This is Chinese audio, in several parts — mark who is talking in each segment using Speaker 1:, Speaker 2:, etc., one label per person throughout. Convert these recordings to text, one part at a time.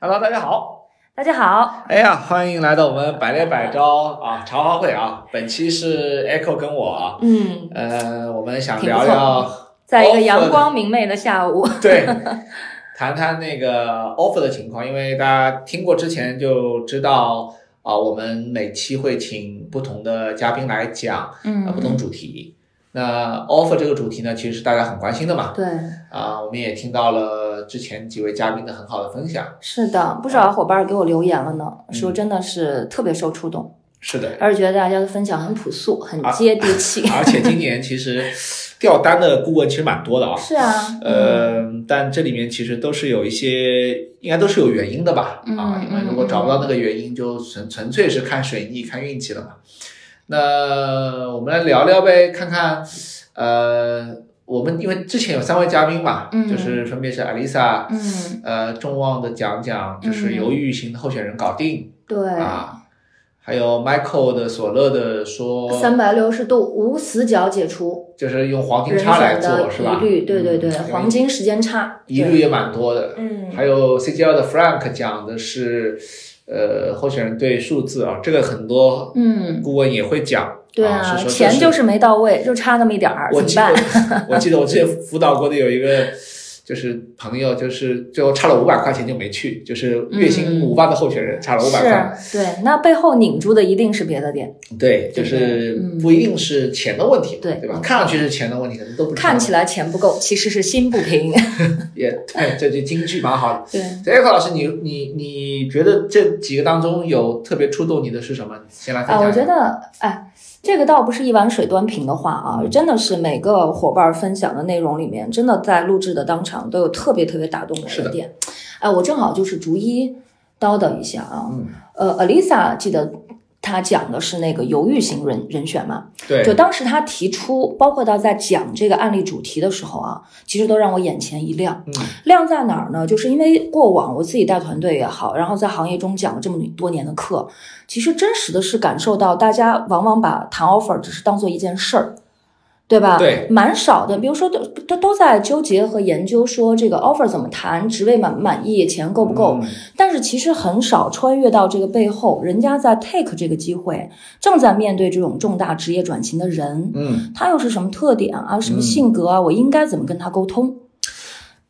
Speaker 1: Hello，大家好！
Speaker 2: 大家好，
Speaker 1: 哎呀，欢迎来到我们百猎百招啊茶话会啊！本期是 Echo 跟我啊，
Speaker 2: 嗯，
Speaker 1: 呃，我们想
Speaker 2: 挺不
Speaker 1: 聊
Speaker 2: 错
Speaker 1: 聊，
Speaker 2: 在一个阳光明媚的下午，
Speaker 1: 对，谈谈那个 offer 的情况，因为大家听过之前就知道啊，我们每期会请不同的嘉宾来讲啊不同
Speaker 2: 嗯，
Speaker 1: 主题。那 offer 这个主题呢，其实是大家很关心的嘛
Speaker 2: 对，
Speaker 1: 啊，我们也听到了之前几位嘉宾的很好的分享。
Speaker 2: 是的，不少伙伴给我留言了呢，
Speaker 1: 嗯
Speaker 2: 说真的是特别受触动，
Speaker 1: 是的，
Speaker 2: 而且觉得大家的分享很朴素，很
Speaker 1: 啊
Speaker 2: 接地气。
Speaker 1: 而且今年其实掉单的顾问其实蛮多的啊。
Speaker 2: 是啊，嗯，
Speaker 1: 呃，但这里面其实都是有一些，应该都是有原因的吧？啊，
Speaker 2: 嗯
Speaker 1: 因为如果找不到那个原因，就纯纯粹是看水逆、看运气了嘛。那我们来聊聊呗，看看，呃，我们因为之前有三位嘉宾嘛，
Speaker 2: 嗯
Speaker 1: 就是分别是 Alisa，
Speaker 2: 嗯，
Speaker 1: 呃，众望的讲讲，就是由预型的候选人搞定、
Speaker 2: 对，
Speaker 1: 啊，还有 Michael 的索乐的说，
Speaker 2: 三百六十度无死角解除
Speaker 1: 就是用黄金
Speaker 2: 人
Speaker 1: 叉来
Speaker 2: 选
Speaker 1: 做
Speaker 2: 的
Speaker 1: 是吧？
Speaker 2: 疑虑，对对对，
Speaker 1: 嗯
Speaker 2: 黄金时间差，
Speaker 1: 疑虑也蛮多的
Speaker 2: 对，。嗯，
Speaker 1: 还有 CGL 的 Frank 讲的是，呃，候选人对数字啊，这个很多
Speaker 2: 嗯，
Speaker 1: 顾问也会讲。
Speaker 2: 对
Speaker 1: 啊，是说
Speaker 2: 钱
Speaker 1: 这
Speaker 2: 就是没到位，就差那么一点儿，
Speaker 1: 我
Speaker 2: 怎么
Speaker 1: 记得
Speaker 2: 办？，
Speaker 1: 我记得我之前辅导过的有一个。就是朋友，就是最后差了五百块钱就没去，就是月薪
Speaker 2: 嗯
Speaker 1: 五万的候选人差了五百块，
Speaker 2: 是，对，那背后拧住的一定是别的点，
Speaker 1: 对，就是不一定是钱的问题嘛，
Speaker 2: 对
Speaker 1: 对吧？看上去是钱的问题，可能都不是钱的问
Speaker 2: 看
Speaker 1: 题。
Speaker 2: 起来钱不够，其实是心不平。
Speaker 1: 也对，这句京剧蛮好的。
Speaker 2: 对，
Speaker 1: 这个老师，你你你觉得这几个当中有特别触动你的是什么？你先来分
Speaker 2: 啊，
Speaker 1: 享一下。
Speaker 2: 我觉得，哎，这个倒不是一碗水端平的话啊，真的是每个伙伴分享的内容里面，真的在录制的当场都有特别特别打动
Speaker 1: 是
Speaker 2: 我
Speaker 1: 的
Speaker 2: 的点。哎，我正好就是逐一叨叨一下啊。
Speaker 1: 嗯
Speaker 2: 呃，Alisa 记得她讲的是那个犹豫型人人选嘛，
Speaker 1: 对，
Speaker 2: 就当时她提出，包括到在讲这个案例主题的时候啊，其实都让我眼前一亮。
Speaker 1: 嗯
Speaker 2: 亮在哪儿呢？就是因为过往我自己带团队也好，然后在行业中讲了这么多年的课，其实真实的是感受到大家往往把谈 offer 只是当做一件事儿，对吧？
Speaker 1: 对，
Speaker 2: 蛮少的。比如说都都都在纠结和研究说这个 offer 怎么谈，职位满不满意，钱够不够。
Speaker 1: 嗯
Speaker 2: 但是其实很少穿越到这个背后，人家在 take 这个机会，正在面对这种重大职业转型的人，
Speaker 1: 嗯，
Speaker 2: 他又是什么特点啊，什
Speaker 1: 嗯
Speaker 2: 么性格啊，我应该怎么跟他沟通，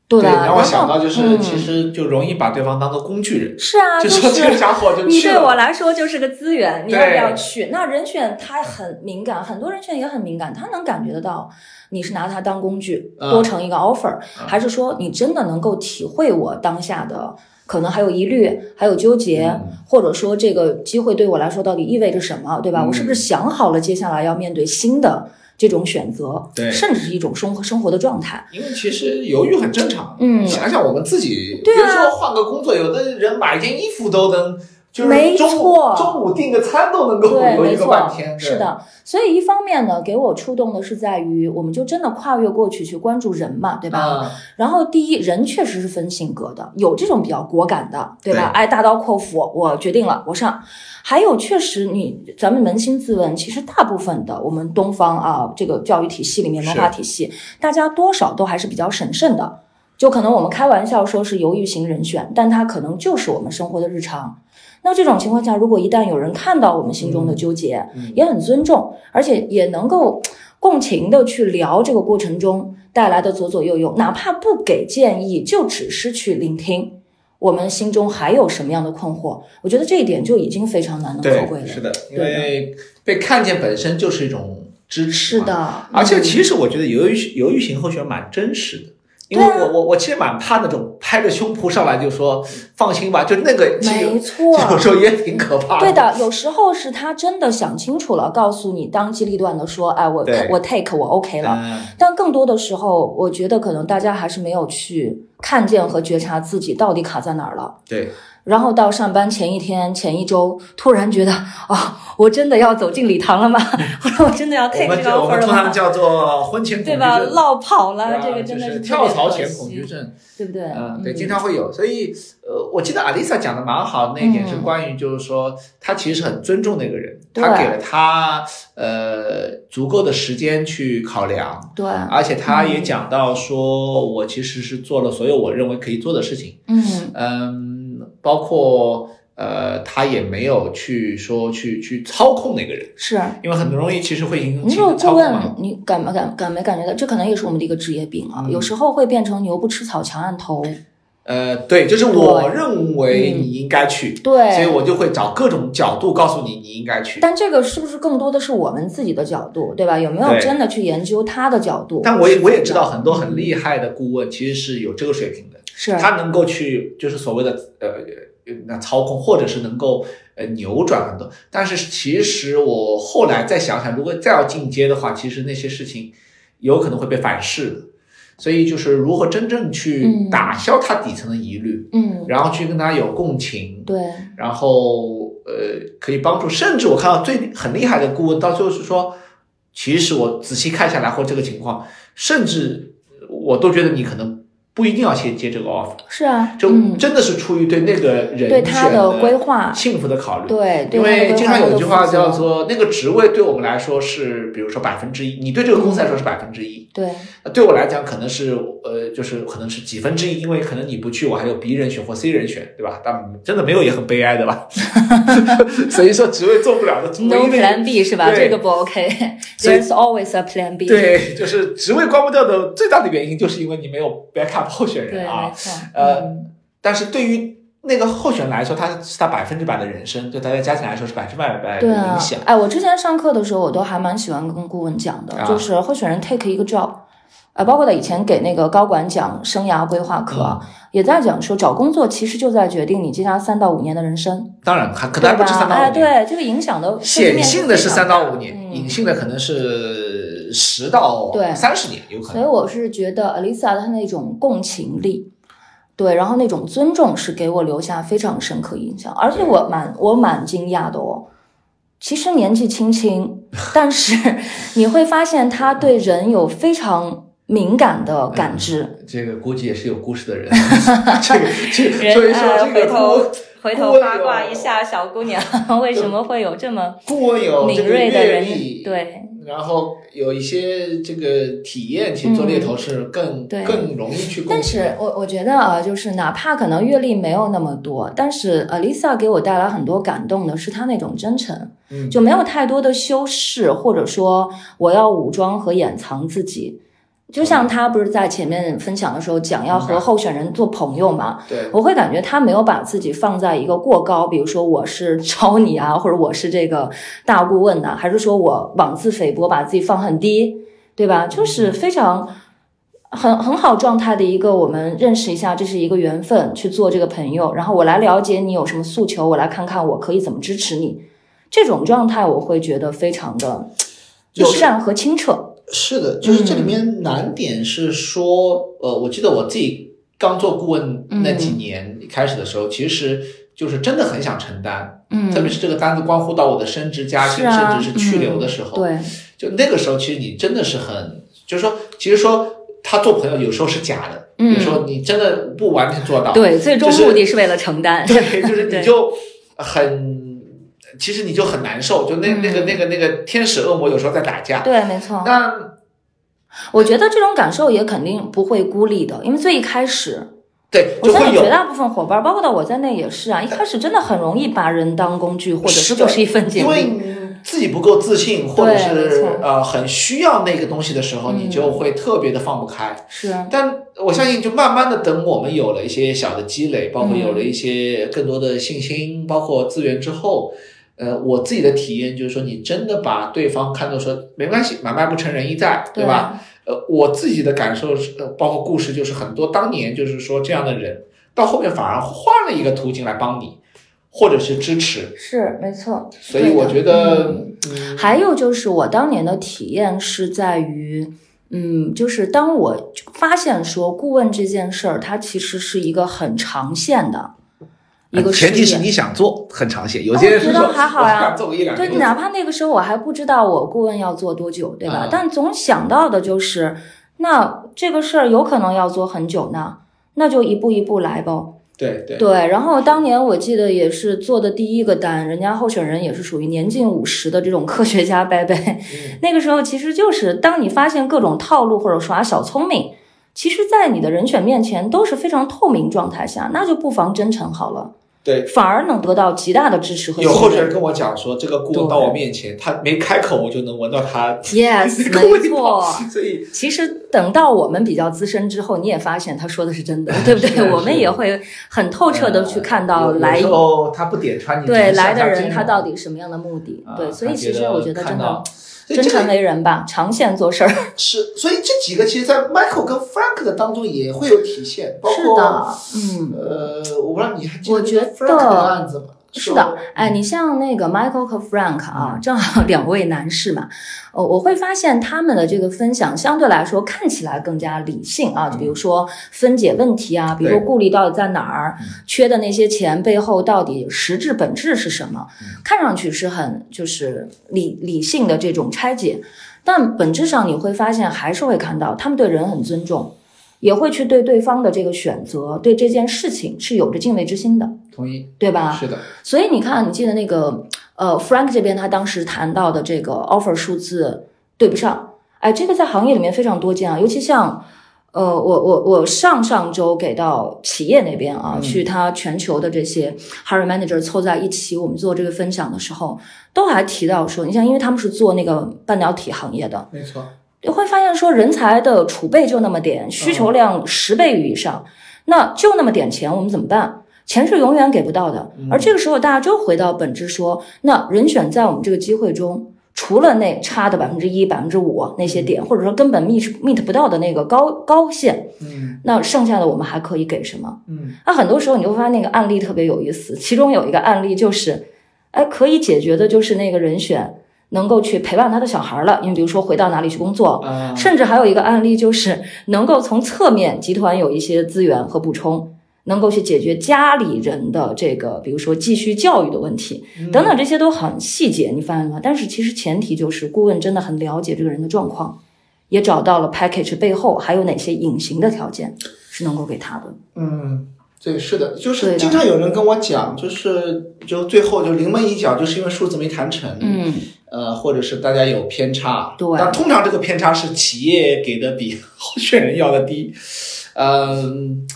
Speaker 2: 对
Speaker 1: 对，
Speaker 2: 吧？
Speaker 1: 让我想到
Speaker 2: 后
Speaker 1: 就是，
Speaker 2: 嗯
Speaker 1: 其实就容易把对方当做工具人，
Speaker 2: 是啊，
Speaker 1: 就说
Speaker 2: 是
Speaker 1: 这个小伙就
Speaker 2: 你
Speaker 1: 去
Speaker 2: 对
Speaker 1: 了，
Speaker 2: 我来说就是个资源，你
Speaker 1: 对
Speaker 2: 要不要去？那人选他很敏感，很多人选也很敏感，他能感觉得到你是拿他当工具，
Speaker 1: 嗯
Speaker 2: 多成一个 offer，、
Speaker 1: 嗯
Speaker 2: 还是说你真的能够体会我当下的可能还有疑虑，还有纠结，
Speaker 1: 嗯
Speaker 2: 或者说这个机会对我来说到底意味着什么，对吧？
Speaker 1: 嗯
Speaker 2: 我是不是想好了接下来要面对新的这种选择，
Speaker 1: 对
Speaker 2: 甚至是一种生活生活的状态？
Speaker 1: 因为其实犹豫很正常。
Speaker 2: 嗯
Speaker 1: 想想我们自己，
Speaker 2: 对啊
Speaker 1: 别说换个工作，有的人买件衣服都能，就是
Speaker 2: 没
Speaker 1: 中午
Speaker 2: 错
Speaker 1: 中午订个餐都能够
Speaker 2: 对，
Speaker 1: 犹豫
Speaker 2: 没
Speaker 1: 个
Speaker 2: 错，
Speaker 1: 半天。嗯
Speaker 2: 是的。所以一方面呢，给我触动的是在于，我们就真的跨越过去去关注人嘛，对
Speaker 1: 对，
Speaker 2: 吧？
Speaker 1: 啊，
Speaker 2: 然后第一，人确实是分性格的，有这种比较果敢的，对
Speaker 1: 对
Speaker 2: 吧？哎，大刀阔斧，我决定了，我上。还有，确实你咱们扪心自问，其实大部分的我们东方啊，这个教育体系里面、
Speaker 1: 是
Speaker 2: 文化体系，大家多少都还是比较审慎的。就可能我们开玩笑说是犹豫型人选，但它可能就是我们生活的日常。那这种情况下，如果一旦有人看到我们心中的纠结，
Speaker 1: 嗯
Speaker 2: 也很尊重，而且也能够共情的去聊这个过程中带来的左左右右，哪怕不给建议，就只是去聆听我们心中还有什么样的困惑，我觉得这一点就已经非常难能可贵
Speaker 1: 对，
Speaker 2: 了。
Speaker 1: 是的，因
Speaker 2: 对的
Speaker 1: 为被看见本身就是一种支持
Speaker 2: 是
Speaker 1: 嘛。
Speaker 2: 的，
Speaker 1: 而且
Speaker 2: 嗯
Speaker 1: 其实我觉得犹豫犹豫型候选人蛮真实的，因为
Speaker 2: 对啊
Speaker 1: 我我我其实蛮怕那种拍着胸脯上来就说放心吧，就那个其实
Speaker 2: 没错，
Speaker 1: 有时候也挺可怕
Speaker 2: 对。的，有时候是他真的想清楚了，告诉你当机立断的说，哎，我
Speaker 1: 对
Speaker 2: 我 take 我 OK 了，
Speaker 1: 嗯，
Speaker 2: 但更多的时候，我觉得可能大家还是没有去看见和觉察自己到底卡在哪儿了。
Speaker 1: 对，
Speaker 2: 然后到上班前一天、前一周，突然觉得哦，我真的要走进礼堂了吗？ 或者我真的要
Speaker 1: 我
Speaker 2: take
Speaker 1: 们
Speaker 2: 这个
Speaker 1: 就我
Speaker 2: offer
Speaker 1: 们
Speaker 2: 了
Speaker 1: 通常
Speaker 2: 吗？
Speaker 1: 叫做婚前恐
Speaker 2: 对
Speaker 1: 惧
Speaker 2: 吧？
Speaker 1: 症。
Speaker 2: 落跑了，
Speaker 1: 对啊
Speaker 2: 这个真的
Speaker 1: 就是
Speaker 2: 是
Speaker 1: 跳槽
Speaker 2: 特别
Speaker 1: 前
Speaker 2: 可惜
Speaker 1: 恐惧，症，
Speaker 2: 对不对？
Speaker 1: 嗯，
Speaker 2: 嗯，
Speaker 1: 对，经常会有。所以，呃，我记得 Alisa 讲的蛮好的那一点是
Speaker 2: 嗯
Speaker 1: 关于，就是说她其实很尊重那个人，
Speaker 2: 对
Speaker 1: 她给了他呃足够的时间去考量，
Speaker 2: 对，啊
Speaker 1: 而且他也讲到说，我其实是做了所有我认为可以做的事情，
Speaker 2: 嗯
Speaker 1: 嗯，包括呃，他也没有去说去去操控那个人，
Speaker 2: 是。
Speaker 1: 因为很多东西其实会形
Speaker 2: 你
Speaker 1: 形
Speaker 2: 说
Speaker 1: 成操
Speaker 2: 顾
Speaker 1: 控
Speaker 2: 问啊
Speaker 1: 嘛。，
Speaker 2: 你感没感感没感觉到？这可能也是我们的一个职业病
Speaker 1: 嗯
Speaker 2: 啊，有时候会变成牛不吃草，强按头。
Speaker 1: 呃，对，就是我
Speaker 2: 对
Speaker 1: 认为你应该去，
Speaker 2: 对
Speaker 1: 所以我就会找各种角度告诉你你应该去。
Speaker 2: 嗯但这个是不是更多的是我们自己的角度，对吧？有没有
Speaker 1: 对
Speaker 2: 真的去研究他的角度？
Speaker 1: 但我也我也知道很多很厉害的顾问其实是有这个水平的，
Speaker 2: 是
Speaker 1: 他能够去就是所谓的呃呃那操控，或者是能够呃扭转很多。但是其实我后来再想想，如果再要进阶的话，其实那些事情有可能会被反噬的。所以就是如何真正去
Speaker 2: 嗯
Speaker 1: 打消他底层的疑虑，
Speaker 2: 嗯，
Speaker 1: 然后去跟他有共情，
Speaker 2: 对，
Speaker 1: 然后呃可以帮助。甚至我看到最很厉害的顾问，到最后是说，其实我仔细看下来或这个情况，甚至我都觉得你可能不一定要先接这个 offer。
Speaker 2: 是啊，
Speaker 1: 就
Speaker 2: 嗯，
Speaker 1: 真的是出于对那个人
Speaker 2: 对他
Speaker 1: 选
Speaker 2: 的规划
Speaker 1: 幸福的考虑。
Speaker 2: 对，对
Speaker 1: 因
Speaker 2: 他的
Speaker 1: 为经常
Speaker 2: 规划
Speaker 1: 有一句话叫，
Speaker 2: 他的负责
Speaker 1: 做“那个职位对我们来说是，比如说百分之一，你对这个公司来说是百分之一，
Speaker 2: 对，
Speaker 1: 那对我来讲可能是呃，就是可能是几分之一，因为可能你不去，我还有 B 人选或 C 人选，对吧？但真的没有也很悲哀，对 吧？所以说职位做不了的，唯
Speaker 2: No
Speaker 1: 一的
Speaker 2: plan B 是吧？
Speaker 1: 对
Speaker 2: 这个不 OK。
Speaker 1: 所以
Speaker 2: There's always a plan B。
Speaker 1: 对，就是职位关不掉的最大的原因，就是因为你没有 backup 候选
Speaker 2: 对，
Speaker 1: 人
Speaker 2: 没
Speaker 1: 啊。
Speaker 2: 错。
Speaker 1: 呃
Speaker 2: 嗯
Speaker 1: 但是对于那个候选人来说，他是他百分之百的人生，对大家家庭来说是百分之百的
Speaker 2: 对啊
Speaker 1: 影响。，
Speaker 2: 哎，我之前上课的时候，我都还蛮喜欢跟顾问讲的，
Speaker 1: 啊
Speaker 2: 就是候选人 take 一个 job，呃，包括他以前给那个高管讲生涯规划课
Speaker 1: 嗯
Speaker 2: 啊，也在讲说找工作其实就在决定你接下来三到五年的人生，
Speaker 1: 当然，可可
Speaker 2: 对
Speaker 1: 能还
Speaker 2: 吧
Speaker 1: 不止三？到
Speaker 2: 哎，
Speaker 1: 五年，
Speaker 2: 对，这个影响的
Speaker 1: 显性的是三到五年，
Speaker 2: 嗯
Speaker 1: 隐性的可能是十到
Speaker 2: 对
Speaker 1: 三十年，有可
Speaker 2: 所以
Speaker 1: 能。
Speaker 2: 我是觉得 Alisa 她那种共情力，对，然后那种尊重是给我留下非常深刻印象，而且我蛮我蛮惊讶的哦。其实年纪 轻轻，但是你会发现她对人有非常敏感的感知。
Speaker 1: 这个估计也是有故事的人， 这个这个，嗯
Speaker 2: 人
Speaker 1: 所以
Speaker 2: 哎
Speaker 1: 说这个
Speaker 2: 回头
Speaker 1: 顾
Speaker 2: 回头八卦一下，小姑娘 为什么会有这么
Speaker 1: 顾问有这
Speaker 2: 敏
Speaker 1: 个
Speaker 2: 锐的
Speaker 1: 阅
Speaker 2: 人
Speaker 1: 历，，
Speaker 2: 对，
Speaker 1: 然后有一些这个体验，其实做猎头是更
Speaker 2: 嗯对
Speaker 1: 更容易去共
Speaker 2: 但
Speaker 1: 情
Speaker 2: 是我我觉得啊，就是哪怕可能阅历没有那么多，但是 Alisa 给我带来很多感动的是她那种真诚，
Speaker 1: 嗯
Speaker 2: 就没有太多的修饰，或者说我要武装和掩藏自己。就像她不是在前面分享的时候讲要和候选人做朋友嘛，
Speaker 1: 对，
Speaker 2: 我会感觉她没有把自己放在一个过高，比如说我是超你啊，或者我是这个大顾问呐、还是说我妄自菲薄，把自己放很低，对吧？就是非常很很好状态的一个，我们认识一下，这是一个缘分，去做这个朋友，然后我来了解你有什么诉求，我来看看我可以怎么支持你。这种状态我会觉得非常的
Speaker 1: 就
Speaker 2: 友
Speaker 1: 是
Speaker 2: 善和清澈，
Speaker 1: 是的，就是这里
Speaker 2: 嗯
Speaker 1: 面难点是说，呃，我记得我自己刚做顾问那几年开始的时候，其实就是真的很想承担，
Speaker 2: 嗯，
Speaker 1: 特别是这个单子关乎到我的升职加薪，
Speaker 2: 是啊嗯
Speaker 1: 甚至是去留的时候，
Speaker 2: 对，
Speaker 1: 就那个时候，其实你真的是很，就是说，其实说他做朋友有时候是假的，
Speaker 2: 嗯
Speaker 1: 有时候你真的不完全做到，
Speaker 2: 对，最终
Speaker 1: 就是
Speaker 2: 目的是为了承 担，
Speaker 1: 对，就是
Speaker 2: 对
Speaker 1: 你就很，其实你就很难受，就那那个那个那个天使恶魔有时候在打架，
Speaker 2: 嗯对，没错。
Speaker 1: 那。
Speaker 2: 我觉得这种感受也肯定不会孤立的，因为最一开始，
Speaker 1: 对，
Speaker 2: 我
Speaker 1: 就
Speaker 2: 相
Speaker 1: 会
Speaker 2: 信
Speaker 1: 有
Speaker 2: 绝大部分伙伴，包括到我在内也是啊，一开始真的很容易把人当工具，或者
Speaker 1: 是
Speaker 2: 是
Speaker 1: 的
Speaker 2: 就是一份简
Speaker 1: 因为
Speaker 2: 历。
Speaker 1: 你自己不够自信，或者
Speaker 2: 对没
Speaker 1: 是
Speaker 2: 错
Speaker 1: 呃很需要那个东西的时候，
Speaker 2: 嗯
Speaker 1: 你就会特别的放不开。
Speaker 2: 是啊，
Speaker 1: 但我相信，就慢慢的，等我们有了一些小的积累，包括有了一些更多的信心，包括资源之后，呃，我自己的体验就是说，你真的把对方看作说没关系，买卖不成仁义在，对吧？？呃，我自己的感受是，呃包括故事，就是很多当年就是说这样的人，到后面反而换了一个途径来帮你，或者是支持。
Speaker 2: 是没错。
Speaker 1: 所以我觉得，
Speaker 2: 嗯
Speaker 1: 嗯
Speaker 2: 还有就是我当年的体验是在于，嗯，就是当我发现说顾问这件事儿，它其实是一个很长线的一个
Speaker 1: 前提
Speaker 2: 事
Speaker 1: 是
Speaker 2: 业
Speaker 1: 你想做，很长线。有
Speaker 2: 哦
Speaker 1: 些人
Speaker 2: 我觉
Speaker 1: 是
Speaker 2: 得
Speaker 1: 说
Speaker 2: 还好呀啊
Speaker 1: 我想做个一两
Speaker 2: 对，
Speaker 1: 年就
Speaker 2: 哪怕那个时候我还不知道我顾问要做多久，对吧？
Speaker 1: 嗯
Speaker 2: 但总想到的就是，那这个事儿有可能要做很久呢，那就一步一步来吧。
Speaker 1: 对对
Speaker 2: 对，然后当年我记得也是做的第一个单，人家候选人也是属于年近五十的这种科学家伯伯。
Speaker 1: 嗯
Speaker 2: 那个时候其实就是，当你发现各种套路或者耍小聪明，其实，在你的人选面前都是非常透明状态下，那就不妨真诚好了。
Speaker 1: 对，
Speaker 2: 反而能得到极大的支持和
Speaker 1: 有候
Speaker 2: 信
Speaker 1: 选
Speaker 2: 任
Speaker 1: 人。跟我讲说，这个顾问到我面前，他没开口，我就能闻到他
Speaker 2: Yes，
Speaker 1: 那个味
Speaker 2: 没
Speaker 1: 道
Speaker 2: 错。
Speaker 1: 所以
Speaker 2: 其实等到我们比较资深之后，你也发现他说的是 真的，对不
Speaker 1: 是
Speaker 2: 对？
Speaker 1: 是呃
Speaker 2: 我们也会很
Speaker 1: 嗯
Speaker 2: 透彻的去看到
Speaker 1: 有
Speaker 2: 来
Speaker 1: 有时候他不点穿你，
Speaker 2: 对
Speaker 1: 只是
Speaker 2: 来的
Speaker 1: 向
Speaker 2: 人
Speaker 1: 煎
Speaker 2: 他
Speaker 1: 熬
Speaker 2: 到底什么样的目的。
Speaker 1: 啊
Speaker 2: 对，所
Speaker 1: 他
Speaker 2: 以其
Speaker 1: 觉
Speaker 2: 实
Speaker 1: 得
Speaker 2: 我觉得
Speaker 1: 看
Speaker 2: 真的
Speaker 1: 到所以
Speaker 2: 真
Speaker 1: 这
Speaker 2: 诚
Speaker 1: 个
Speaker 2: 为人吧，长线做事儿。
Speaker 1: 是，所以这几个其实，在 Michael 跟 Frank 的当中也会有体现，包
Speaker 2: 是
Speaker 1: 括
Speaker 2: 的，嗯，
Speaker 1: 呃，我不知道你还记
Speaker 2: 我觉
Speaker 1: 得
Speaker 2: 得
Speaker 1: Frank 的案子吗？
Speaker 2: 是的。哎，你像那个 Michael 和 Frank 啊，正好两位男士嘛，呃，我会发现他们的这个分享相对来说看起来更加理性啊，就比如说分解问题啊，比如说顾虑到底在哪儿
Speaker 1: 嗯，
Speaker 2: 缺的那些钱背后到底实质本质是什么，看上去是很就是理理性的这种拆解，但本质上你会发现还是会看到他们对人很尊重。也会去对对方的这个选择，对这件事情是有着敬畏之心的，
Speaker 1: 同意，
Speaker 2: 对吧？
Speaker 1: 是的，
Speaker 2: 所以你看，你记得那个呃，Frank 这边他当时谈到的这个 offer 数字对不上，哎，这个在行业里面非常多见啊，尤其像呃，我我我上上周给到企业那边啊，
Speaker 1: 嗯
Speaker 2: 去他全球的这些 hiring manager 凑在一起，我们做这个分享的时候，都还提到说，你像因为他们是做那个半导体行业的，
Speaker 1: 没错，
Speaker 2: 会发现说人才的储备就那么点，需求量十倍以上，那就那么点钱，我们怎么办？钱是永远给不到的。而这个时候，大家就回到本质说，那人选在我们这个机会中，除了那差的百分之一、百分之五那些点，或者说根本 meet meet 不到的那个高高线，
Speaker 1: 嗯
Speaker 2: 那剩下的我们还可以给什么？
Speaker 1: 嗯，
Speaker 2: 那很多时候你就会发现那个案例特别有意思，其中有一个案例就是，哎，可以解决的就是那个人选能够去陪伴他的小孩了，因为比如说回到哪里去工作，
Speaker 1: 啊，
Speaker 2: 甚至还有一个案例就是能够从侧面集团有一些资源和补充，能够去解决家里人的这个，比如说继续教育的问题等等，这些都很细节，你发现吗？但是其实前提就是顾问真的很了解这个人的状况，也找到了 package 背后还有哪些隐形的条件是能够给他的。
Speaker 1: 嗯，对，是的，就
Speaker 2: 对
Speaker 1: 是
Speaker 2: 的
Speaker 1: 经常有人跟我讲，就是就最后就临门一脚，就是因为数字没谈成，，
Speaker 2: 嗯，
Speaker 1: 呃，或者是大家有偏差，
Speaker 2: 对
Speaker 1: 但通常这个偏差是企业给的比候选人要的低，嗯，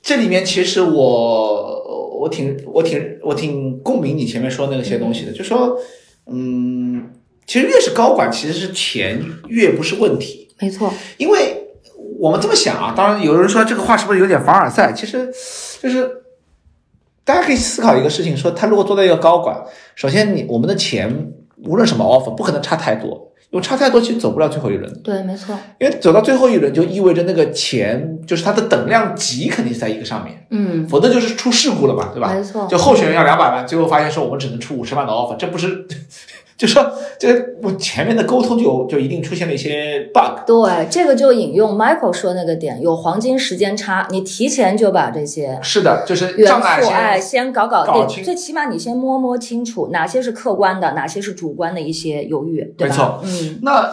Speaker 1: 这里面其实我我挺我挺我挺共鸣你前面说那些东西的，就说，嗯，其实越是高管，其实是钱越不是问题，
Speaker 2: 没错，
Speaker 1: 因为我们这么想啊，当然有人说这个话是不是有点凡尔赛？其实就是大家可以思考一个事情，说他如果做到一个高管，首先你我们的钱无论什么 offer 不可能差太多，因为差太多其实走不了最后一轮，
Speaker 2: 对，没错，
Speaker 1: 因为走到最后一轮就意味着那个钱就是它的等量级肯定是在一个上面，
Speaker 2: 嗯，
Speaker 1: 否则就是出事故了嘛，对吧？
Speaker 2: 没错，
Speaker 1: 就候选人要两百万，最后发现说我们只能出五十万的 offer，这不是， 就说这个我前面的沟通就就一定出现了一些 bug，
Speaker 2: 对，这个就引用 Michael 说那个点，有黄金时间差，你提前就把这些
Speaker 1: 是的，就是
Speaker 2: 元
Speaker 1: 障碍
Speaker 2: 素哎，
Speaker 1: 先。
Speaker 2: 先搞搞
Speaker 1: 搞
Speaker 2: 定，
Speaker 1: 清
Speaker 2: 最起码你先摸摸清楚哪些是客观的，哪些是主观的一些犹豫，对吧？
Speaker 1: 没错
Speaker 2: 嗯，
Speaker 1: 那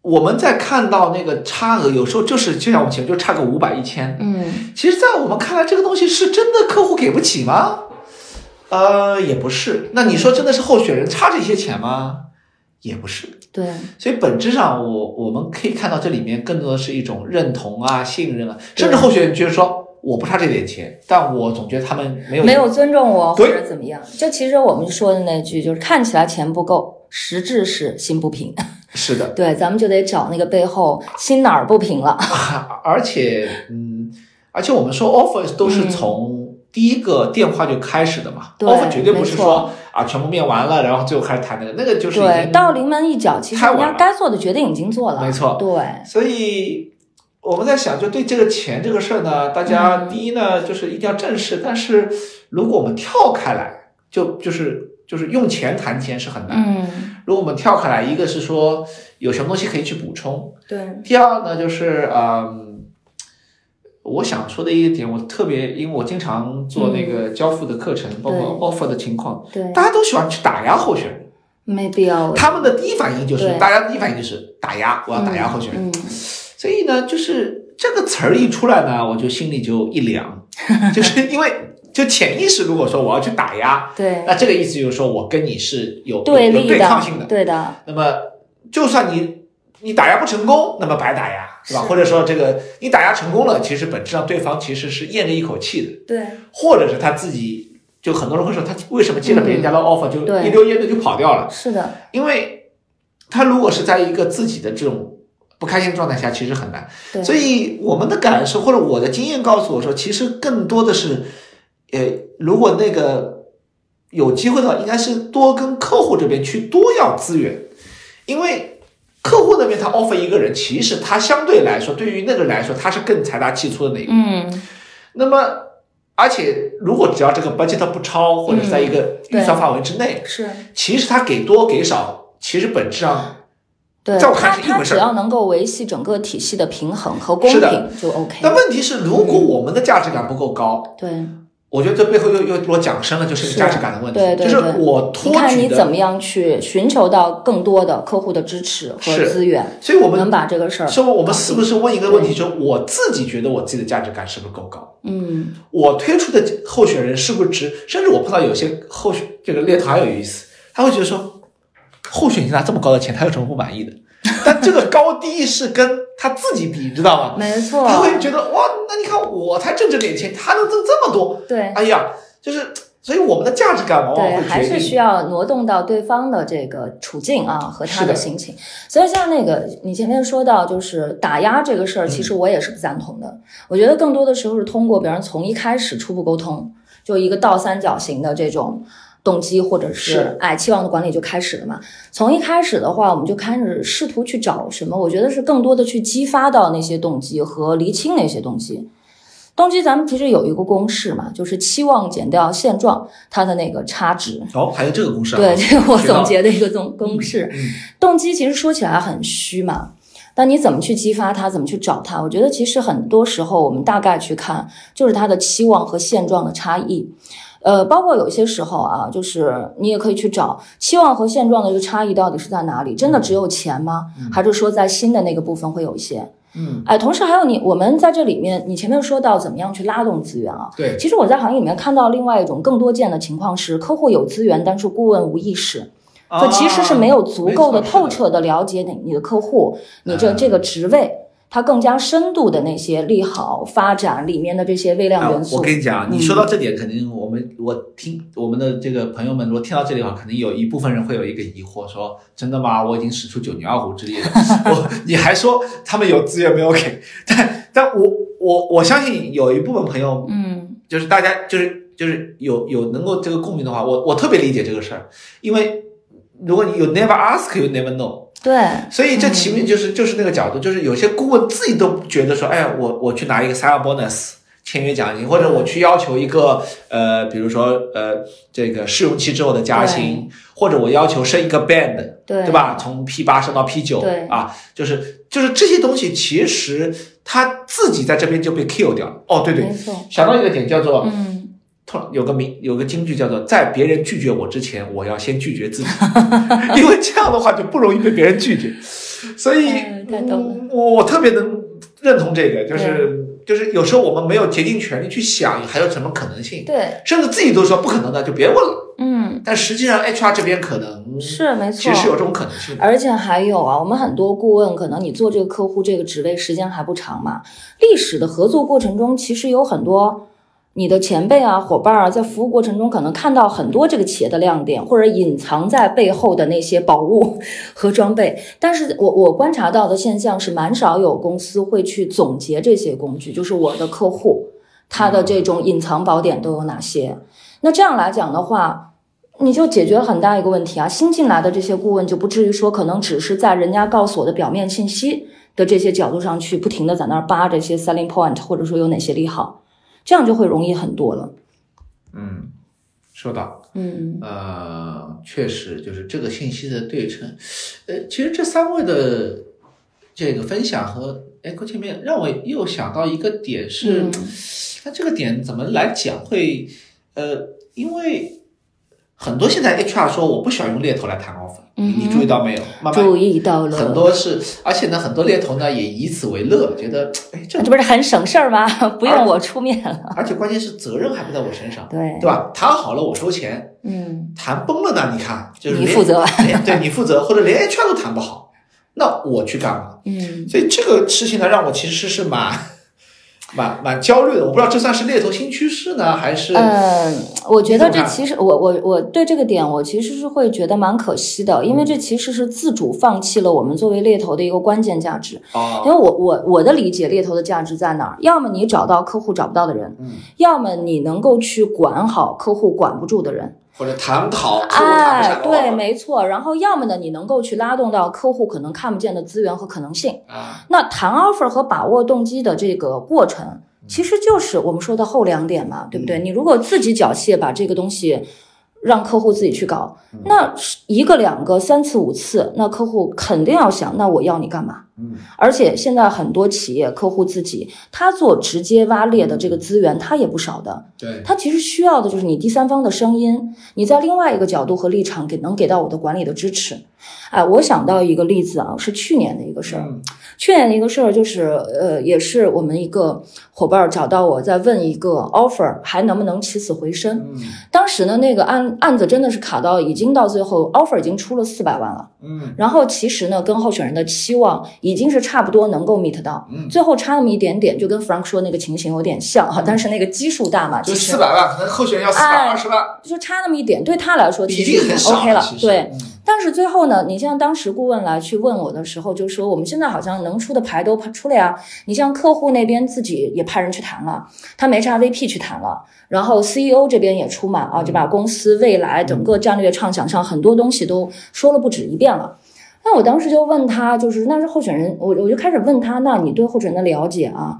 Speaker 1: 我们在看到那个差额，有时候就是就像我们前面就差个五百一千，
Speaker 2: 嗯，
Speaker 1: 其实，在我们看来，这个东西是真的客户给不起吗？呃，也不是。那你说真的是候选人差这些钱吗？也不是。
Speaker 2: 对，
Speaker 1: 所以本质上我，我们可以看到这里面更多的是一种认同啊、信任啊，
Speaker 2: 对
Speaker 1: 甚至候选人觉得说我不差这点钱，但我总觉得他们没有
Speaker 2: 没有尊重我或
Speaker 1: 对
Speaker 2: 者怎么样，就其实我们说的那句就是看起来钱不够，实质是心不平。
Speaker 1: 是的，
Speaker 2: 对，咱们就得找那个背后心哪儿不平了。
Speaker 1: 而且，嗯，而且我们说 offer 都是从第一个电话就开始的嘛、
Speaker 2: 嗯对
Speaker 1: o f f e r 绝对不是
Speaker 2: 没错
Speaker 1: 说啊全部面完了，然后最后开始谈那个，那个就是已
Speaker 2: 对
Speaker 1: 经，
Speaker 2: 到临门一脚，其实
Speaker 1: 太
Speaker 2: 人
Speaker 1: 晚
Speaker 2: 家
Speaker 1: 了
Speaker 2: 该做的决定已经做了。
Speaker 1: 没错
Speaker 2: 对，
Speaker 1: 所以我们在想，就对这个钱这个事儿呢，大家
Speaker 2: 嗯
Speaker 1: 第一呢、就是一定要正视，但是如果我们跳开来，就就是就是用钱谈钱是很难。
Speaker 2: 嗯，
Speaker 1: 如果我们跳开来，一个是说有什么东西可以去补充，
Speaker 2: 对，
Speaker 1: 第二呢，就是嗯，我想说的一个点，我特别，因为我经常做那
Speaker 2: 嗯
Speaker 1: 个交付的课程，包括 offer 的情况，
Speaker 2: 对，
Speaker 1: 大家都喜欢去打压候选人，
Speaker 2: 没必要。
Speaker 1: 他们的第一反应就是，
Speaker 2: 对
Speaker 1: 大家第一反应就是打压，我要打压候选人。
Speaker 2: 嗯，
Speaker 1: 所以呢，就是这个词儿一出来呢，我就心里就一 凉，就是因为就潜意识如果说我要去打压，
Speaker 2: 对，
Speaker 1: 那这个意思就是说我跟你是有
Speaker 2: 对
Speaker 1: 有有
Speaker 2: 立
Speaker 1: 对抗性
Speaker 2: 的，
Speaker 1: 的，
Speaker 2: 对的，
Speaker 1: 那么就算你你打压不成功，那么白打压。是吧？或者说这个你打压成功了，其实本质上对方其实是咽了一口气的，
Speaker 3: 对，
Speaker 1: 或者是他自己就很多人会说他为什么接了别人家的 offer 就
Speaker 2: 对
Speaker 1: 一溜烟的就跑掉了，
Speaker 2: 是的，
Speaker 1: 因为他如果是在一个自己的这种不开心状态下，其实很难。
Speaker 2: 对，
Speaker 1: 所以我们的感受或者我的经验告诉我说，其实更多的是，呃，如果那个有机会的话，应该是多跟客户这边去多要资源，因为客户那边他 offer 一个人，其实他相对来说，对于那个人来说，他是更财大气粗的那一个。
Speaker 2: 嗯，
Speaker 1: 那么，而且如果只要这个 budget 不超，或者是在一个预算范围之内，
Speaker 3: 是
Speaker 1: 其实他给多给少，其实本质上
Speaker 2: 对，
Speaker 1: 在
Speaker 2: 他
Speaker 1: 我看是一
Speaker 2: 他
Speaker 1: 回事
Speaker 2: 只
Speaker 1: 儿
Speaker 2: 要能够维系整个体系的平衡和公
Speaker 1: 是的
Speaker 2: 平就 OK
Speaker 1: 但。问题是，如果我们的价值感不够高，
Speaker 2: 对，
Speaker 1: 我觉得这背后又又我讲深了，就是一个
Speaker 2: 是
Speaker 1: 价值感的问题，
Speaker 2: 对对
Speaker 1: 就是
Speaker 2: 对
Speaker 1: 我
Speaker 2: 你
Speaker 1: 托
Speaker 2: 看
Speaker 1: 举
Speaker 2: 你怎
Speaker 1: 的，
Speaker 2: 么样去寻求到更多的客户的支持和
Speaker 1: 是
Speaker 2: 资源，
Speaker 1: 所以我
Speaker 2: 能
Speaker 1: 们
Speaker 2: 把这个事儿
Speaker 1: 是我们是不是问一个问题，
Speaker 2: 对
Speaker 1: 就是我自己觉得我自己的价值感是不是够高？
Speaker 2: 嗯
Speaker 1: 我推出的候选人是不是值？甚至我碰到有些候选这个猎头还有意思，他会觉得说，候选人拿这么高的钱，他有什么不满意的？ 但这个高低是跟他自己比，你知道吗？
Speaker 3: 没错，
Speaker 1: 他会觉得哇，那你看我才挣这点钱，他能挣这么多，
Speaker 3: 对
Speaker 1: 哎呀，就是所以我们的价值感往往
Speaker 2: 对，
Speaker 1: 哦会
Speaker 2: 还
Speaker 1: 决
Speaker 2: 是需
Speaker 1: 定。
Speaker 2: 要挪动到对方的这个处境啊和他
Speaker 1: 是的
Speaker 2: 的心情。所以像那个你前面说到，就是打压这个事
Speaker 1: 嗯
Speaker 2: 儿，其实我也是不赞同的。我觉得更多的时候是通过，比方从一开始初步沟通，就一个倒三角形的这种。动机或者
Speaker 1: 是
Speaker 2: 是哎期望的管理就开始了嘛。从一开始的话，我们就开始试图去找什么，我觉得是更多的去激发到那些动机和厘清那些动机。动机咱们其实有一个公式嘛，就是期望减掉现状，它的那个差值。
Speaker 1: 哦，还有这个公式啊？
Speaker 2: 对，这个我
Speaker 1: 学到
Speaker 2: 总
Speaker 1: 了
Speaker 2: 结的一个总公式。
Speaker 1: 嗯
Speaker 2: 动机其实说起来很虚嘛，但你怎么去激发它，怎么去找它？我觉得其实很多时候我们大概去看，就是它的期望和现状的差异。呃，包括有些时候啊，就是你也可以去找期望和现状的这个差异到底是在哪里？真
Speaker 1: 嗯
Speaker 2: 的只有钱吗？还是说在新的那个部分会有一些？
Speaker 1: 嗯，
Speaker 2: 哎，同时还有你，我们在这里面，你前面说到怎么样去拉动资源啊？
Speaker 1: 对，
Speaker 2: 其实我在行业里面看到另外一种更多见的情况是，客户有资源，但是顾问无意识，就其实是没有足够的
Speaker 1: 啊没错
Speaker 2: 透彻的了解你你的客户，你这
Speaker 1: 嗯
Speaker 2: 这个职位，它更加深度的那些利好发展里面的这些微量元
Speaker 1: 啊哎我
Speaker 2: 素。
Speaker 1: 跟你讲，
Speaker 2: 嗯
Speaker 1: 你说到这点，肯定我们我听我们的这个朋友们，如果听到这里的话，肯定有一部分人会有一个疑惑，说真的吗？我已经使出九牛二虎之力了， 我你还说他们有资源没有给？但但我我我相信有一部分朋友，
Speaker 2: 嗯，
Speaker 1: 就是大家就是就是有有能够这个共鸣的话，我我特别理解这个事儿，因为如果你有 never ask you never know，
Speaker 2: 对，
Speaker 1: 所以这其实就是就是那个角度，就是有些顾问自己都觉得说，哎呀，我我去拿一个 sign bonus 签约奖金，或者我去要求一个呃，比如说呃，这个试用期之后的加薪，或者我要求升一个 band，
Speaker 2: 对
Speaker 1: 对吧？从 P 八升到 P 九
Speaker 2: 对，
Speaker 1: 啊，就是就是这些东西，其实他自己在这边就被 kill 掉了。哦，对对
Speaker 2: 没，错，
Speaker 1: 想到一个点叫做，
Speaker 2: 嗯，
Speaker 1: 突然有个名有个金句叫做“在别人拒绝我之前，我要先拒绝自己”， 因为这样的话就不容易被别人拒绝。所以，
Speaker 2: 嗯太懂了
Speaker 1: 嗯我我特别能认同这个，就是就是有时候我们没有竭尽全力去想还有什么可能性，
Speaker 2: 对，
Speaker 1: 甚至自己都说不可能的就别问了。
Speaker 2: 嗯，
Speaker 1: 但实际上 HR 这边可能
Speaker 2: 是没错。
Speaker 1: 其实是有这种可能性的。
Speaker 2: 而且还有啊，我们很多顾问可能你做这个客户这个职位时间还不长嘛，历史的合作过程中，其实有很多你的前辈啊、伙伴啊，在服务过程中可能看到很多这个企业的亮点，或者隐藏在背后的那些宝物和装备。但是我我观察到的现象是，蛮少有公司会去总结这些工具，就是我的客户他的这种隐藏宝典都有哪些。那这样来讲的话，你就解决了很大一个问题啊！新进来的这些顾问就不至于说，可能只是在人家告诉我的表面信息的这些角度上去，不停的在那儿扒这些 selling point，或者说有哪些利好，这样就会容易很多了。
Speaker 1: 嗯，说到。
Speaker 2: 嗯，
Speaker 1: 呃，确实就是这个信息的对称。呃，其实这三位的这个分享和哎，郭前面让我又想到一个点是，
Speaker 2: 嗯
Speaker 1: 那这个点怎么来讲会呃，因为很多现在 HR 说我不喜欢用猎头来谈 offer，、
Speaker 2: 嗯哼
Speaker 1: 你注意到没有？慢
Speaker 2: 注
Speaker 1: 慢。
Speaker 2: 意到了，
Speaker 1: 很多是，而且呢，很多猎头呢也以此为乐，觉得哎这
Speaker 2: 这，不是很省事儿吗？ 不用我出面了。
Speaker 1: 而且关键是责任还不在我身上，
Speaker 2: 对
Speaker 1: 对，吧？谈好了我收钱，
Speaker 2: 嗯，
Speaker 1: 谈崩了呢？你看，就是
Speaker 2: 你
Speaker 1: 连
Speaker 2: 负责，
Speaker 1: 连对你负责，或者连 HR 都谈不好，那我去干嘛？
Speaker 2: 嗯
Speaker 1: 所以这个事情呢，让我其实是蛮蛮蛮焦虑的。我不知道这算是猎头新趋势呢，还是
Speaker 2: 嗯，我觉得
Speaker 1: 你怎
Speaker 2: 这
Speaker 1: 么看
Speaker 2: 其实我我我对这个点我其实是会觉得蛮可惜的，
Speaker 1: 嗯
Speaker 2: 因为这其实是自主放弃了我们作为猎头的一个关键价值。
Speaker 1: 啊
Speaker 2: 因为我我我的理解，猎头的价值在哪儿？要么你找到客户找不到的人，
Speaker 1: 嗯
Speaker 2: 要么你能够去管好客户管不住的人。
Speaker 1: 或者谈讨客户谈不下
Speaker 2: 哎
Speaker 1: 来，
Speaker 2: 对，没错。然后要么呢，你能够去拉动到客户可能看不见的资源和可能性。
Speaker 1: 啊，
Speaker 2: 那谈 offer 和把握动机的这个过程，
Speaker 1: 嗯
Speaker 2: 其实就是我们说的后两点嘛，对不对？你如果自己缴械，把这个东西让客户自己去搞，
Speaker 1: 嗯
Speaker 2: 那是一个、两个、三次、五次，那客户肯定要想，那我要你干嘛？
Speaker 1: 嗯，
Speaker 2: 而且现在很多企业客户自己，他做直接挖猎的这个资源，他也不少的。
Speaker 1: 对，
Speaker 2: 他其实需要的就是你第三方的声音，你在另外一个角度和立场给能给到我的管理的支持。哎，我想到一个例子啊，是去年的一个事儿。
Speaker 1: 嗯
Speaker 2: 去年的一个事儿就是，呃，也是我们一个伙伴儿找到我，在问一个 offer 还能不能起死回生。
Speaker 1: 嗯
Speaker 2: 当时呢，那个案案子真的是卡到已经到最后，offer 已经出了四百万了。
Speaker 1: 嗯
Speaker 2: 然后其实呢，跟候选人的期望已经是差不多能够 meet 到，
Speaker 1: 嗯，
Speaker 2: 最后差那么一点点，就跟 Frank 说那个情形有点像啊，但是那个基数大嘛，
Speaker 1: 就
Speaker 2: 其实
Speaker 1: 四百万，可能候选人要四百
Speaker 2: 哎
Speaker 1: 二十万，
Speaker 2: 就差那么一点，对他来说
Speaker 1: 已
Speaker 2: 其
Speaker 1: 经
Speaker 2: 实
Speaker 1: 很
Speaker 2: 已
Speaker 1: 少
Speaker 2: OK 了
Speaker 1: 其，实
Speaker 2: 对。，
Speaker 1: 嗯
Speaker 2: 但是最后呢，你像当时顾问来去问我的时候，就说我们现在好像能出的牌都出了呀。你像客户那边自己也派人去谈了，他没 h VP 去谈了，然后 CEO 这边也出马啊，就把公司未来整个战略畅想上很多东西都说了不止一遍了。那我当时就问他，就是那是候选人，我我就开始问他，那你对候选人的了解啊，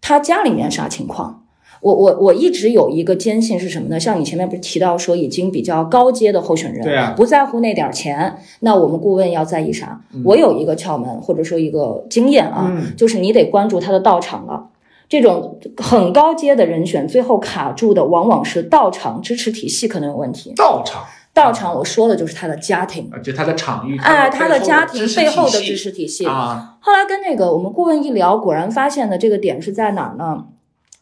Speaker 2: 他家里面啥情况？我我我一直有一个坚信是什么呢？像你前面不是提到说已经比较高阶的候选人，
Speaker 1: 对啊
Speaker 2: 不在乎那点儿钱，那我们顾问要在意啥？我有一个窍门或者说一个经验啊，
Speaker 1: 嗯
Speaker 2: 就是你得关注他的到场了。这种很高阶的人选，最后卡住的往往是到场支持体系可能有问题。
Speaker 1: 到场，
Speaker 2: 到场我说的就是他的家庭，
Speaker 1: 啊就他的场域，
Speaker 2: 哎，他
Speaker 1: 他
Speaker 2: 的家庭背后的
Speaker 1: 支
Speaker 2: 支持体系。
Speaker 1: 啊，
Speaker 2: 后来跟那个我们顾问一聊，果然发现的这个点是在哪儿呢？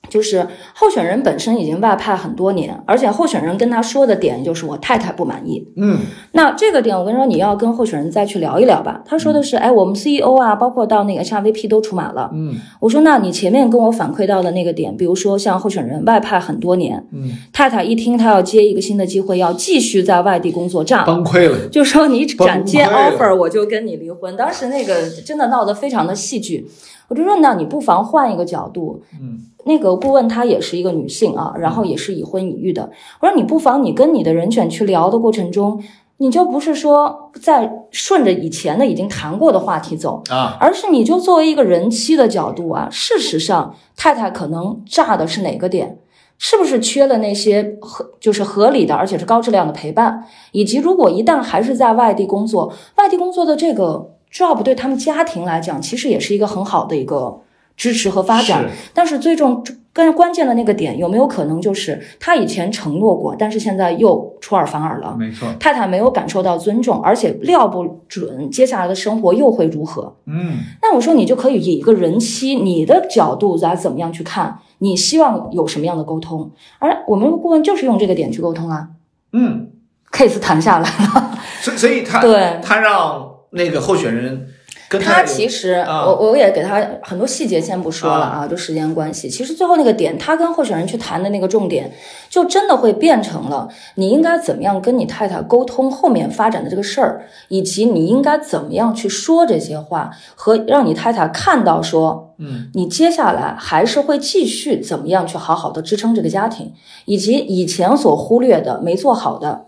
Speaker 2: 就是候选人本身已经外派很多年，而且候选人跟他说的点就是我太太不满意，
Speaker 1: 嗯
Speaker 2: 那这个点，我跟你说，你要跟候选人再去聊一聊吧。他说的是，哎，我们 CEO 啊，包括到那个 HRVP 都出马了。
Speaker 1: 嗯
Speaker 2: 我说，那你前面跟我反馈到的那个点，比如说像候选人外派很多年，
Speaker 1: 嗯，
Speaker 2: 太太一听他要接一个新的机会，要继续在外地工作这样
Speaker 1: 崩溃了，
Speaker 2: 就说你敢接
Speaker 1: 崩溃了
Speaker 2: offer，我就跟你离婚。当时那个真的闹得非常的戏剧。我就说，那你不妨换一个角度。
Speaker 1: 嗯
Speaker 2: 那个顾问她也是一个女性啊，然后也是已婚已育的。我说，你不妨你跟你的人选去聊的过程中，你就不是说在顺着以前的已经谈过的话题走，
Speaker 1: 啊，
Speaker 2: 而是你就作为一个人妻的角度啊，事实上太太可能炸的是哪个点？是不是缺了那些合就是合理的，而且是高质量的陪伴？以及如果一旦还是在外地工作，外地工作的这个 job 对他们家庭来讲，其实也是一个很好的一个支持和发展。但是最重跟关键的那个点，有没有可能就是他以前承诺过，但是现在又出尔反尔了？
Speaker 1: 没错，
Speaker 2: 太太没有感受到尊重，而且料不准接下来的生活又会如何。
Speaker 1: 嗯。
Speaker 2: 那我说，你就可以以一个人妻你的角度来怎么样去看，你希望有什么样的沟通？而我们顾问就是用这个点去沟通啊
Speaker 1: 嗯，
Speaker 2: ，case 谈下来了。
Speaker 1: 所以所以他
Speaker 2: 对
Speaker 1: 他让那个候选人跟
Speaker 2: 他
Speaker 1: 有
Speaker 2: 其实，
Speaker 1: 啊
Speaker 2: 我我也给他很多细节先不说了啊，就时间关系。其实最后那个点，他跟候选人去谈的那个重点，就真的会变成了你应该怎么样跟你太太沟通后面发展的这个事儿，以及你应该怎么样去说这些话，和让你太太看到说，
Speaker 1: 嗯
Speaker 2: 你接下来还是会继续怎么样去好好的支撑这个家庭，以及以前所忽略的、没做好的，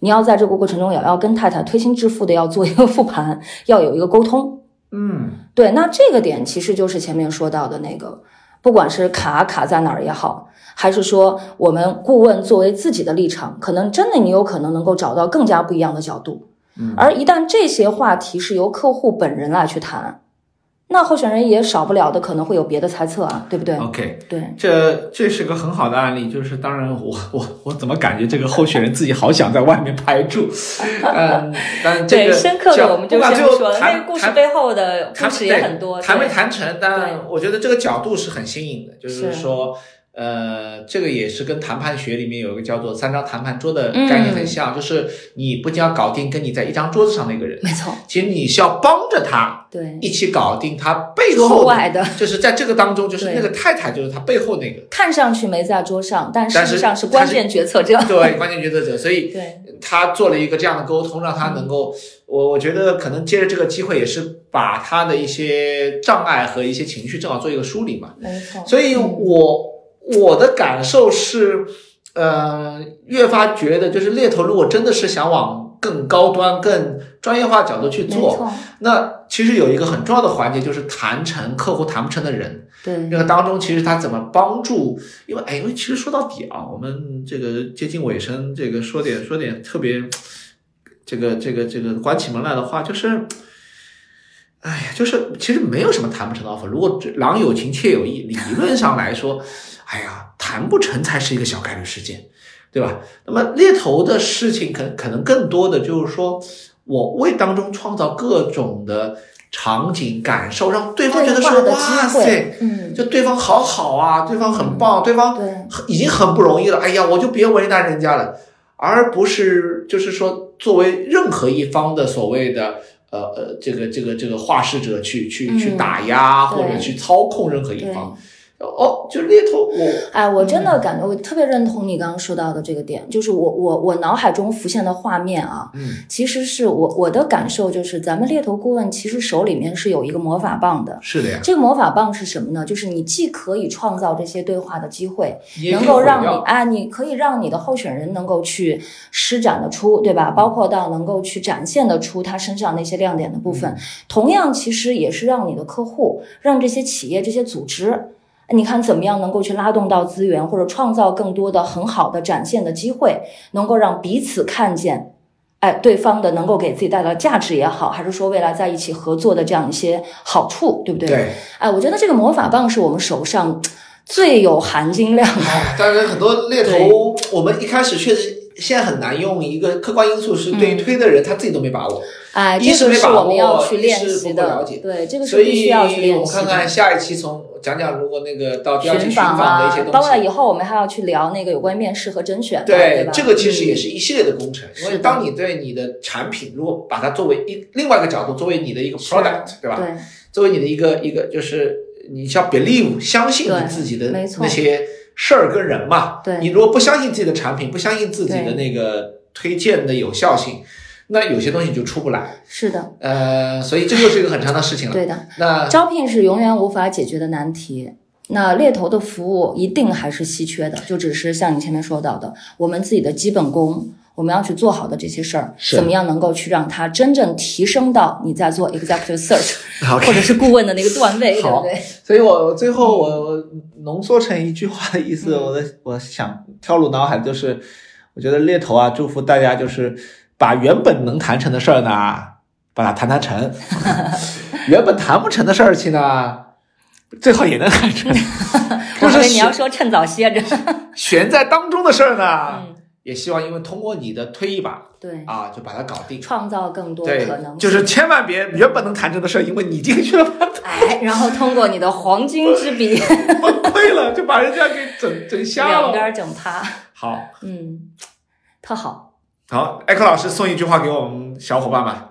Speaker 2: 你要在这个过程中也要跟太太推心置腹的要做一个复盘，要有一个沟通。
Speaker 1: 嗯
Speaker 2: 对，那这个点其实就是前面说到的那个，不管是卡啊卡在哪儿也好，还是说我们顾问作为自己的立场，可能真的你有可能能够找到更加不一样的角度。
Speaker 1: 嗯
Speaker 2: 而一旦这些话题是由客户本人来去谈，那候选人也少不了的可能会有别的猜测啊，对不对？
Speaker 1: ，OK，
Speaker 2: 对，
Speaker 1: 这这是个很好的案例，就是当然我我我怎么感觉这个候选人自己好想在外面排住，嗯，但这个
Speaker 2: 对，深刻
Speaker 1: 叫
Speaker 2: 的我们就
Speaker 1: 不管
Speaker 2: 先
Speaker 1: 最
Speaker 2: 不
Speaker 1: 后
Speaker 2: 说了。
Speaker 1: 谈
Speaker 2: 那个故事
Speaker 1: 谈
Speaker 2: 背后的故
Speaker 1: 谈
Speaker 2: 事也很多，
Speaker 1: 谈没
Speaker 2: 对
Speaker 1: 谈成，但
Speaker 2: 对
Speaker 1: 我觉得这个角度是很新颖的，就是
Speaker 2: 是
Speaker 1: 说，呃，这个也是跟谈判学里面有一个叫做三张谈判桌的
Speaker 2: 嗯
Speaker 1: 概念很像，就是你不仅要搞定跟你在一张桌子上的一个人，
Speaker 2: 没错，
Speaker 1: 其实你是要帮着他
Speaker 2: 对，
Speaker 1: 一起搞定他背
Speaker 2: 出
Speaker 1: 后
Speaker 2: 外的，
Speaker 1: 就是在这个当中，就是
Speaker 2: 对
Speaker 1: 那个太太就是他背后 那个，
Speaker 2: 看上去没在桌上，但
Speaker 1: 但
Speaker 2: 事实
Speaker 1: 是
Speaker 2: 上是关键决策者。
Speaker 1: 对关键决策者，所以
Speaker 2: 对，
Speaker 1: 他做了一个这样的沟通，让他能够，我我觉得可能借着这个机会，也是把他的一些障碍和一些情绪正好做一个梳理嘛。
Speaker 2: 没错。
Speaker 1: 所以我我的感受是，呃，越发觉得就是猎头如果真的是想往更高端、更专业化角度去
Speaker 2: 没
Speaker 1: 做，
Speaker 2: 错，
Speaker 1: 那其实有一个很重要的环节就是谈成客户谈不成的人。
Speaker 2: 对
Speaker 1: 这个当中，其实他怎么帮助？因为哎，因为其实说到底啊，我们这个接近尾声，这个说点说点特别，这个这个这个关起门来的话，就是，哎呀，就是其实没有什么谈不成的 offer。如果只郎有情妾有意，理论上来说，哎呀，谈不成才是一个小概率事件，对吧？那么猎头的事情可，可能更多的就是说我为当中创造各种的。场景感受，让对方觉得
Speaker 2: 对
Speaker 1: 说
Speaker 2: 话：“的
Speaker 1: 哇
Speaker 2: 机
Speaker 1: 塞，
Speaker 2: 会，嗯，
Speaker 1: 就对方好好啊，对方很棒，对方
Speaker 2: 对，
Speaker 1: 很已经很不容易了，哎呀，我就别为难人家了，而不是就是说作为任何一方的所谓的呃呃这个这个这个话事者去去去
Speaker 2: 嗯
Speaker 1: 打压或者
Speaker 2: 对
Speaker 1: 去操控任何一
Speaker 2: 对。
Speaker 1: 方。哦，就猎头，我
Speaker 2: 哎，我
Speaker 1: 嗯
Speaker 2: 真的感觉我特别认同你刚刚说到的这个点，就是我我我脑海中浮现的画面啊，
Speaker 1: 嗯
Speaker 2: 其实是我我的感受就是，咱们猎头顾问其实手里面是有一个魔法棒的。
Speaker 1: 是的呀，
Speaker 2: 这个魔法棒是什么呢？就是你既可以创造这些对话的机会，
Speaker 1: 你也可
Speaker 2: 能
Speaker 1: 以
Speaker 2: 够
Speaker 1: 毁
Speaker 2: 让
Speaker 1: 掉
Speaker 2: 你啊，你可以让你的候选人能够去施展得出，对吧？包括到能够去展现得出他身上那些亮点的部分。同样，其实也是让你的客户，让这些企业、这些组织。你看怎么样能够去拉动到资源，或者创造更多的很好的展现的机会，能够让彼此看见，哎，对方的能够给自己带来的价值也好，还是说未来在一起合作的这样一些好处，对不对？
Speaker 1: 对，
Speaker 2: 哎，我觉得这个魔法棒是我们手上最有含金量的。
Speaker 1: 但是很多猎头，我们一开始确实现在很难用一个客观因素是对于
Speaker 2: 嗯
Speaker 1: 推的人他自己都没把握，
Speaker 2: 哎，
Speaker 1: 一
Speaker 2: 这
Speaker 1: 是
Speaker 2: 个
Speaker 1: 没
Speaker 2: 是
Speaker 1: 把
Speaker 2: 我们要
Speaker 1: 握
Speaker 2: 去
Speaker 1: 一
Speaker 2: 练
Speaker 1: 是
Speaker 2: 习
Speaker 1: 不够了
Speaker 2: 的
Speaker 1: 解，
Speaker 2: 对，这个
Speaker 1: 所
Speaker 2: 是必
Speaker 1: 以
Speaker 2: 须要去
Speaker 1: 我
Speaker 2: 练
Speaker 1: 们
Speaker 2: 习
Speaker 1: 看看
Speaker 2: 的。
Speaker 1: 下一期从讲讲，如果那个到第二期
Speaker 2: 寻
Speaker 1: 寻访的一
Speaker 2: 啊
Speaker 1: 些，东
Speaker 2: 包括
Speaker 1: 西。
Speaker 2: 以后我们还要去聊那个有关面试和甄选的，对
Speaker 1: 对
Speaker 2: 吧，
Speaker 1: 这个其实也
Speaker 2: 嗯
Speaker 1: 是一系列的工程，因
Speaker 2: 是
Speaker 1: 为
Speaker 2: 的
Speaker 1: 当你对你的产品，如果把它作为一另外一个角度，作为你的一个 product，对吧？
Speaker 2: 对
Speaker 1: 作为你的一个一个，就是你要 believe 相信
Speaker 2: 对
Speaker 1: 你自己的
Speaker 2: 没错
Speaker 1: 那些事儿跟人嘛。
Speaker 2: 对
Speaker 1: 你如果不相信自己的产品，不相信自己的
Speaker 2: 对
Speaker 1: 那个推荐的有效性，那有些东西你就出不来。
Speaker 2: 是的，
Speaker 1: 呃，所以这就是一个很长的事情了。
Speaker 2: 对的。
Speaker 1: 那
Speaker 2: 招聘是永远无法解决的难题。那猎头的服务一定还是稀缺的，就只是像你前面说到的，我们自己的基本功，我们要去做好的这些事儿，
Speaker 1: 是
Speaker 2: 怎么样能够去让它真正提升到你在做 executive search
Speaker 1: 好
Speaker 2: 或者是顾问的那个段位，对
Speaker 1: 好
Speaker 2: 不对？
Speaker 1: 所以我最后
Speaker 2: 嗯
Speaker 1: 我我浓缩成一句话的意思，我的我想跳入脑海就是，我觉得猎头啊，祝福大家就是把原本能谈成的事儿呢，把它谈谈 成；原本谈不成的事儿情呢，最好也能谈 成。就
Speaker 2: 我以
Speaker 1: 是
Speaker 2: 为你要
Speaker 1: 悬
Speaker 2: 说趁早歇着。
Speaker 1: 悬在当中的事儿呢
Speaker 2: 嗯，
Speaker 1: 也希望因为通过你的推一把
Speaker 2: 对，
Speaker 1: 啊，就把它搞定。
Speaker 2: 创造更多
Speaker 1: 对
Speaker 2: 可能，性，
Speaker 1: 就是千万别原本能谈成的事儿，因为你进去了，
Speaker 2: 哎， 然后通过你的黄金之 笔，
Speaker 1: 崩溃了，就把人家给整整瞎
Speaker 2: 两边
Speaker 1: 了。
Speaker 2: 儿整趴，
Speaker 1: 好。
Speaker 2: 嗯，特好。
Speaker 1: 好，Echo 老师送一句话给我们小伙伴吧。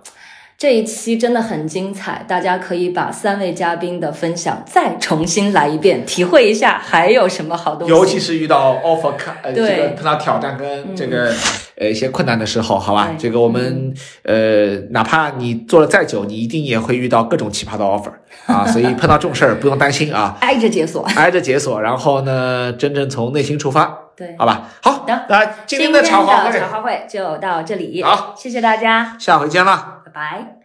Speaker 2: 这一期真的很精彩，大家可以把三位嘉宾的分享再重新来一遍，体会一下还有什么好东西。
Speaker 1: 尤其是遇到 offer 看呃这
Speaker 2: 对
Speaker 1: 个碰到挑战跟
Speaker 2: 嗯
Speaker 1: 这个、呃一些困难的时候，好吧，
Speaker 2: 对
Speaker 1: 这个我们呃哪怕你做了再久，你一定也会遇到各种奇葩的 offer 啊，所以碰到这种事儿不用担心啊，
Speaker 2: 挨着解锁。
Speaker 1: 挨着解锁，然后呢，真正从内心出发，
Speaker 2: 对，
Speaker 1: 好吧？好，
Speaker 2: 的
Speaker 1: 那今天的茶话
Speaker 2: 今天的
Speaker 1: 会
Speaker 2: 茶，话会就到这里，
Speaker 1: 好，
Speaker 2: 谢谢大家，
Speaker 1: 下回见啦。
Speaker 2: 拜拜。